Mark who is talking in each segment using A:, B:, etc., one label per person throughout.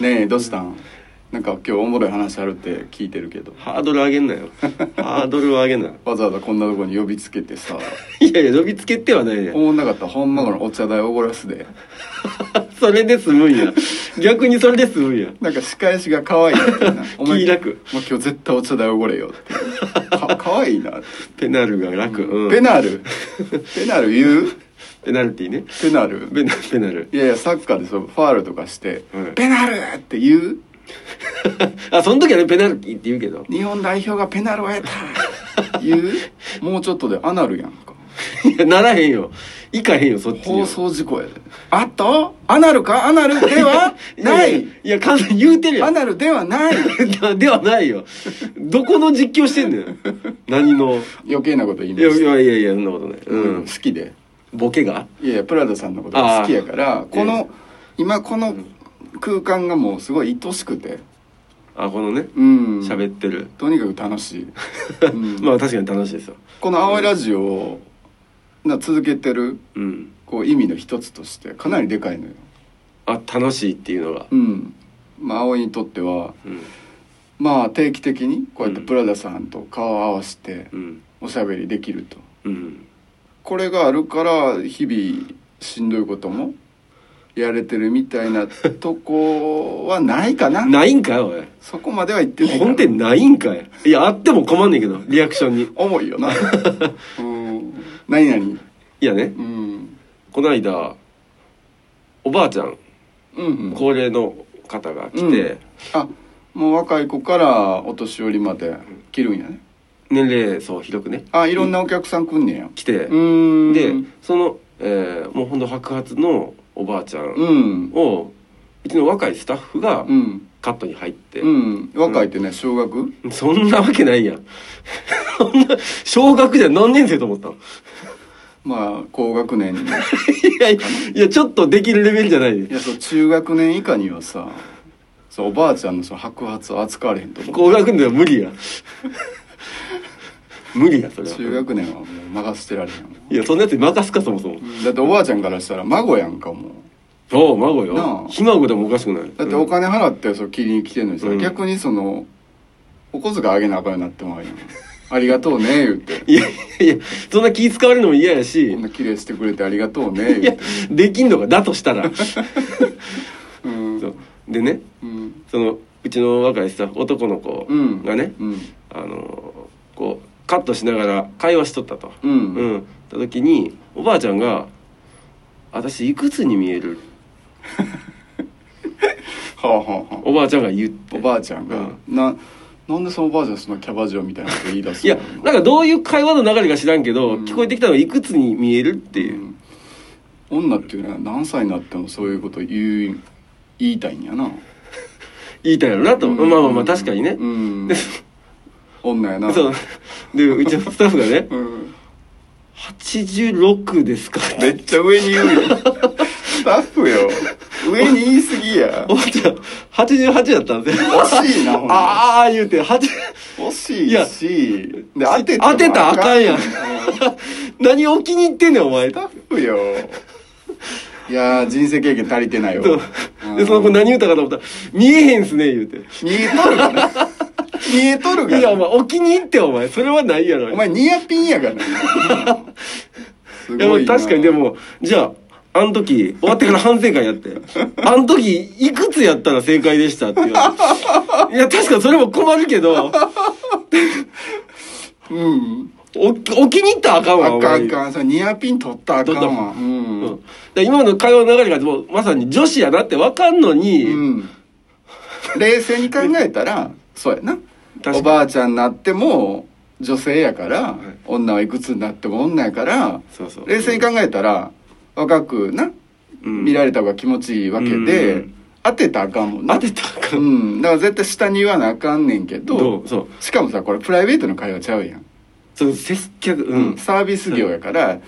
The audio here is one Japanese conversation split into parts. A: ねえどうしたんなんか今日おもろい話あるって聞いてるけど
B: ハードル上げん なよハードルを上げんな
A: わざわざこんなとこに呼びつけてさ
B: いやいや呼びつけてはないね
A: 思んなかったほんまこのお茶代おごらすで
B: それで済むんや逆にそれで済むんや
A: なんか仕返しが可愛いなって なお前
B: 気楽
A: もう今日絶対お茶代おごれよって か可愛いなって、
B: ペナルが楽、うん
A: ペナ ルペナル言う
B: ペナルティね
A: ペナル
B: ペナペナル
A: いやいやサッカーでそうファールとかして「
B: うん
A: ペナル!」って言う
B: あその時はねペナルティって言うけ ど
A: 日本代表がペナルを得た言う もうちょっとでアナルやんか
B: いやならへんよいかへんよそっちに
A: 放
B: は
A: 送事故やであとアナルかアナ ルではない
B: やいや完全に言うてるや
A: ア
B: ん
A: ナルではない
B: ではないよどこの実況してんの よ何の
A: 余計なこと言いま
B: いや
A: し
B: い
A: た
B: やいやいやそんなことない、う
A: うん
B: ん
A: 好、きで
B: ボケが
A: いやいやプラダさんのことが好きやから
B: ー
A: こ
B: え
A: の今この空間がもうすごい愛しくて
B: あこのね
A: うん
B: 喋ってる、
A: とにかく楽しい、うん
B: まあ確かに楽しいですよ
A: この「青いラジオ」をな続けてる
B: うん
A: こう意味の一つとしてかなりでかいのよ
B: あ楽しいっていうのが
A: うんまあ葵にとっては
B: うん
A: まあ定期的にこうやって
B: うん
A: プラダさんと顔を合わせて
B: うん
A: おしゃべりできると
B: うん
A: これがあるから日々しんどいこともやれてるみたいなとこはないかな
B: ないんかよおい
A: そこまでは言ってないかな
B: 本店ないんかいいやあっても困んねんけどリアクションに
A: 重いよ なうん何々
B: いやね
A: うん
B: この間おばあちゃん
A: うんうん
B: 高齢の方が来て、
A: あもう若い子からお年寄りまで着るんやね
B: 年齢層広くね
A: あいろんなお客さん来んねや
B: 来て、
A: うん
B: でその、えーもうほんと白髪のおばあちゃん
A: うん
B: を、うちの若いスタッフが
A: うん
B: カットに入って、
A: うん若いってね小学
B: そんなわけないやん そんな小学じゃ何年生と思ったの
A: まあ高学年にい
B: いやいやちょっとできるレベルじゃない
A: やそう中学年以下にはさそうおばあちゃんのその白髪扱われへんと思う
B: 高学年は無 理や無理やそれは
A: 中学年はもう任せてられへん
B: いやそんなやつに任すかそもそも
A: だっておばあちゃんからしたら孫やんかもう
B: おう孫
A: なあ
B: よひ孫でもおかしくない
A: だってお金払ってそう切りに来てんのにさ、
B: うん
A: 逆にそのお小遣いあげなあかんようになってもあるやんありがとうね言うて
B: うんいやいやいやそんな気使われるのも嫌やし
A: こん
B: い
A: な綺麗してくれてありがとうね言
B: や
A: うて
B: できんのかだとした ら
A: うん
B: そうでね
A: うん
B: そのうちの若いスタッフ男の子
A: うん
B: がね、
A: うん
B: あのーこうカットしながら会話しとったと、
A: う
B: うん
A: ん
B: た時におばあちゃんが「私いくつに見える?
A: はあはあ」は
B: おばあちゃんが言って
A: あおばあちゃんが、
B: うん
A: ななんでそのおばあちゃんそのキャバ嬢みたいなこと言い出す
B: いや
A: の
B: なんかどういう会話の流れか知らんけど、
A: うん
B: 聞こえてきたのがいくつに見えるっていう、
A: うん女っていうのは何歳になってもそういうこと言う言いたいんやな
B: 言いたいやろなと、まあまあまあ確かにね、
A: うん
B: で
A: 女やな
B: そうでうちのスタッフがね
A: うん
B: 「86ですか?」
A: めっちゃ上に言うよスタッフよ上に言い過ぎや
B: おばあちゃん88だったんですよ
A: 惜しいなほんま
B: ああ言うて8
A: 惜しいしで当てても
B: 当てたらあかんやん
A: うんス
B: 何を気に入ってんねんお前
A: タッフよいやー人生経験足りてないようん
B: でその子何言うたかと思ったら「見えへんっすね」言うて
A: 見えとるかな見えとる
B: い
A: か
B: やお
A: な
B: 前お気に入ってお前それはないやろ
A: お前ニアピンやからなす
B: いや
A: ご
B: も
A: いうな
B: 確かにでもじゃああの時終わってから反省会やって あの時いくつやったら正解でしたって言われていや確かにそれも困るけど
A: うん
B: おお気に入ったらあかん
A: あ
B: わお
A: か
B: 前
A: んあかんそれニアピン取ったらあかんわう
B: うん
A: ん、
B: だから今の会話の流れがもうまさに女子やなって分かんのに、
A: うん、冷静に考えたらそうやな
B: かに
A: おばあちゃんになっても女性やから、女はいくつになっても女やから
B: そうそう
A: 冷静に考えたら若くな、
B: うん
A: 見られた方が気持ちいいわけで、
B: うん
A: 当てたらあかんもんな
B: 当てたらあか
A: うんんだから絶対下に言わなあかんねんけど
B: どうそう
A: しかもさこれプライベートの会話ちゃうやん、
B: そう接客う
A: うん
B: ん
A: サービス業やから、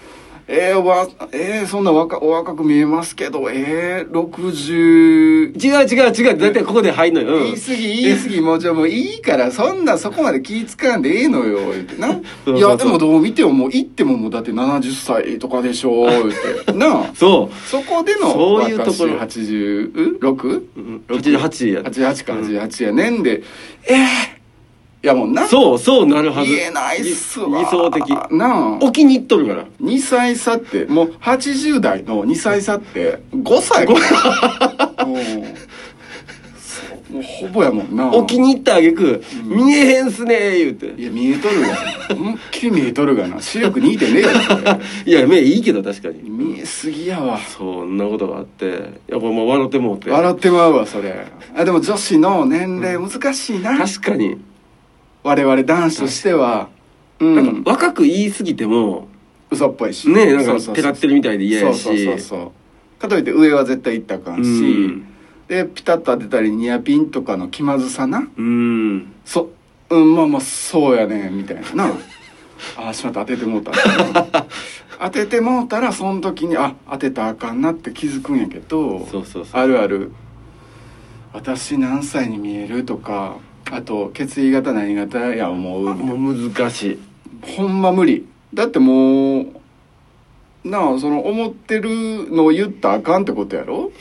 A: えー、わえー、そんな若お若く見えますけどえー、60
B: 違う違う違う。だいたいここで入んのよ。うん
A: 言い過ぎ言い過ぎもうちょいもういいからそんなそこまで気使んでええのよ言ってな
B: そうそうそう
A: いやでもどう見てももう行ってももうだって70歳とかでしょ言ってなあ
B: そ
A: そこでの
B: そういうところ
A: 私 86?
B: う。うん88やった。
A: 88か88やねんでええいやもうな
B: そうそうなるはず。
A: 言えないっすわ
B: 理理想的。
A: なあ
B: 置きに行っとるから。
A: 2歳差ってもう80代の2歳差って5歳かなもうそうもうほぼやもんな
B: 置きに行ったあげく、見えへんっすねー言うて。
A: いや見えとるが思いっきり見えとるがな視力2.0やで
B: いや、目いいけど確かに。
A: 見えすぎやわ
B: そんなことがあって、やっぱもう笑ってもうて。
A: 笑ってまうわそれあでも女子の年齢難しいな、
B: 確かに。
A: 我々男子としてはう
B: なん
A: ん
B: か若く言いすぎても、
A: 嘘っぽいし
B: ねえ、なん
A: そ
B: か
A: うそうそう
B: てらってるみたいで嫌やし。
A: そうそうそうそうかといって上は絶対行ったらあかんし、
B: うん
A: でピタッと当てたりニアピンとかの気まずさな
B: うん。
A: そうんまあまあそうやねみたい ななああしまった当ててもうた当ててもうたらその時にあ当てたらあかんなって気づくんやけど
B: そうそうそう。
A: あるある私何歳に見えるとかあと血液型何型や思うみたいな
B: もう難しい。
A: ほんま無理だってもうなあその思ってるのを言ったらあかんってことやろ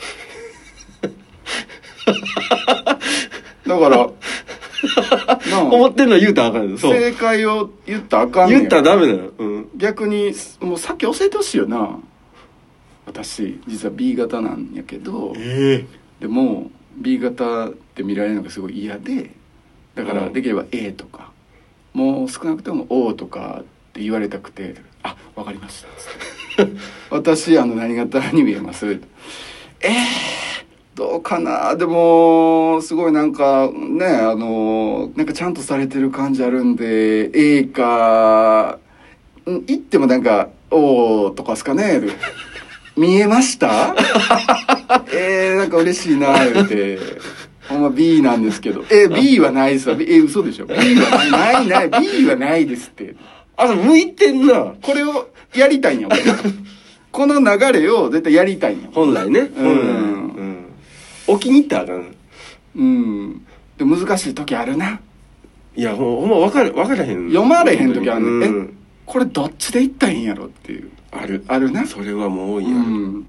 A: だからなあ
B: 思ってるのは言うたらあかんよ。そう。
A: 正解を言ったらあかんねん
B: 言ったらダメだよ。うん。
A: 逆にもうさっき教えてほしいよな私実は B 型なんやけど
B: え
A: でも B 型って見られるのがすごい嫌でだか
B: う
A: ら
B: ん
A: できれば A とか、もう少なくとも O とかって言われたくて「あわかりました」つっ て私あの何型に見えます」えー、どうかなでもすごいなんかねあのなんかちゃんとされてる感じあるんで A かん行ってもなんか「おー」とかですか ねで見えました えー、なんか嬉しいな言うてほんま B なんですけど「え B はないですわ」B え嘘でしょ B はないないない B はないです」って
B: あ、向いてんな。
A: これをやりたいんや俺この流れを絶対やりたいんや
B: 本来ね。
A: う
B: 本来
A: ん
B: うん。置きに行ったらあかん。
A: うんで難しい時あるない
B: や、ほんほんま分かれ、分からへん。
A: 読まれへん時あんねん、
B: う
A: えこれどっちで行ったらいいんやろっていう
B: ある。
A: あるな
B: それはもう多いや
A: うん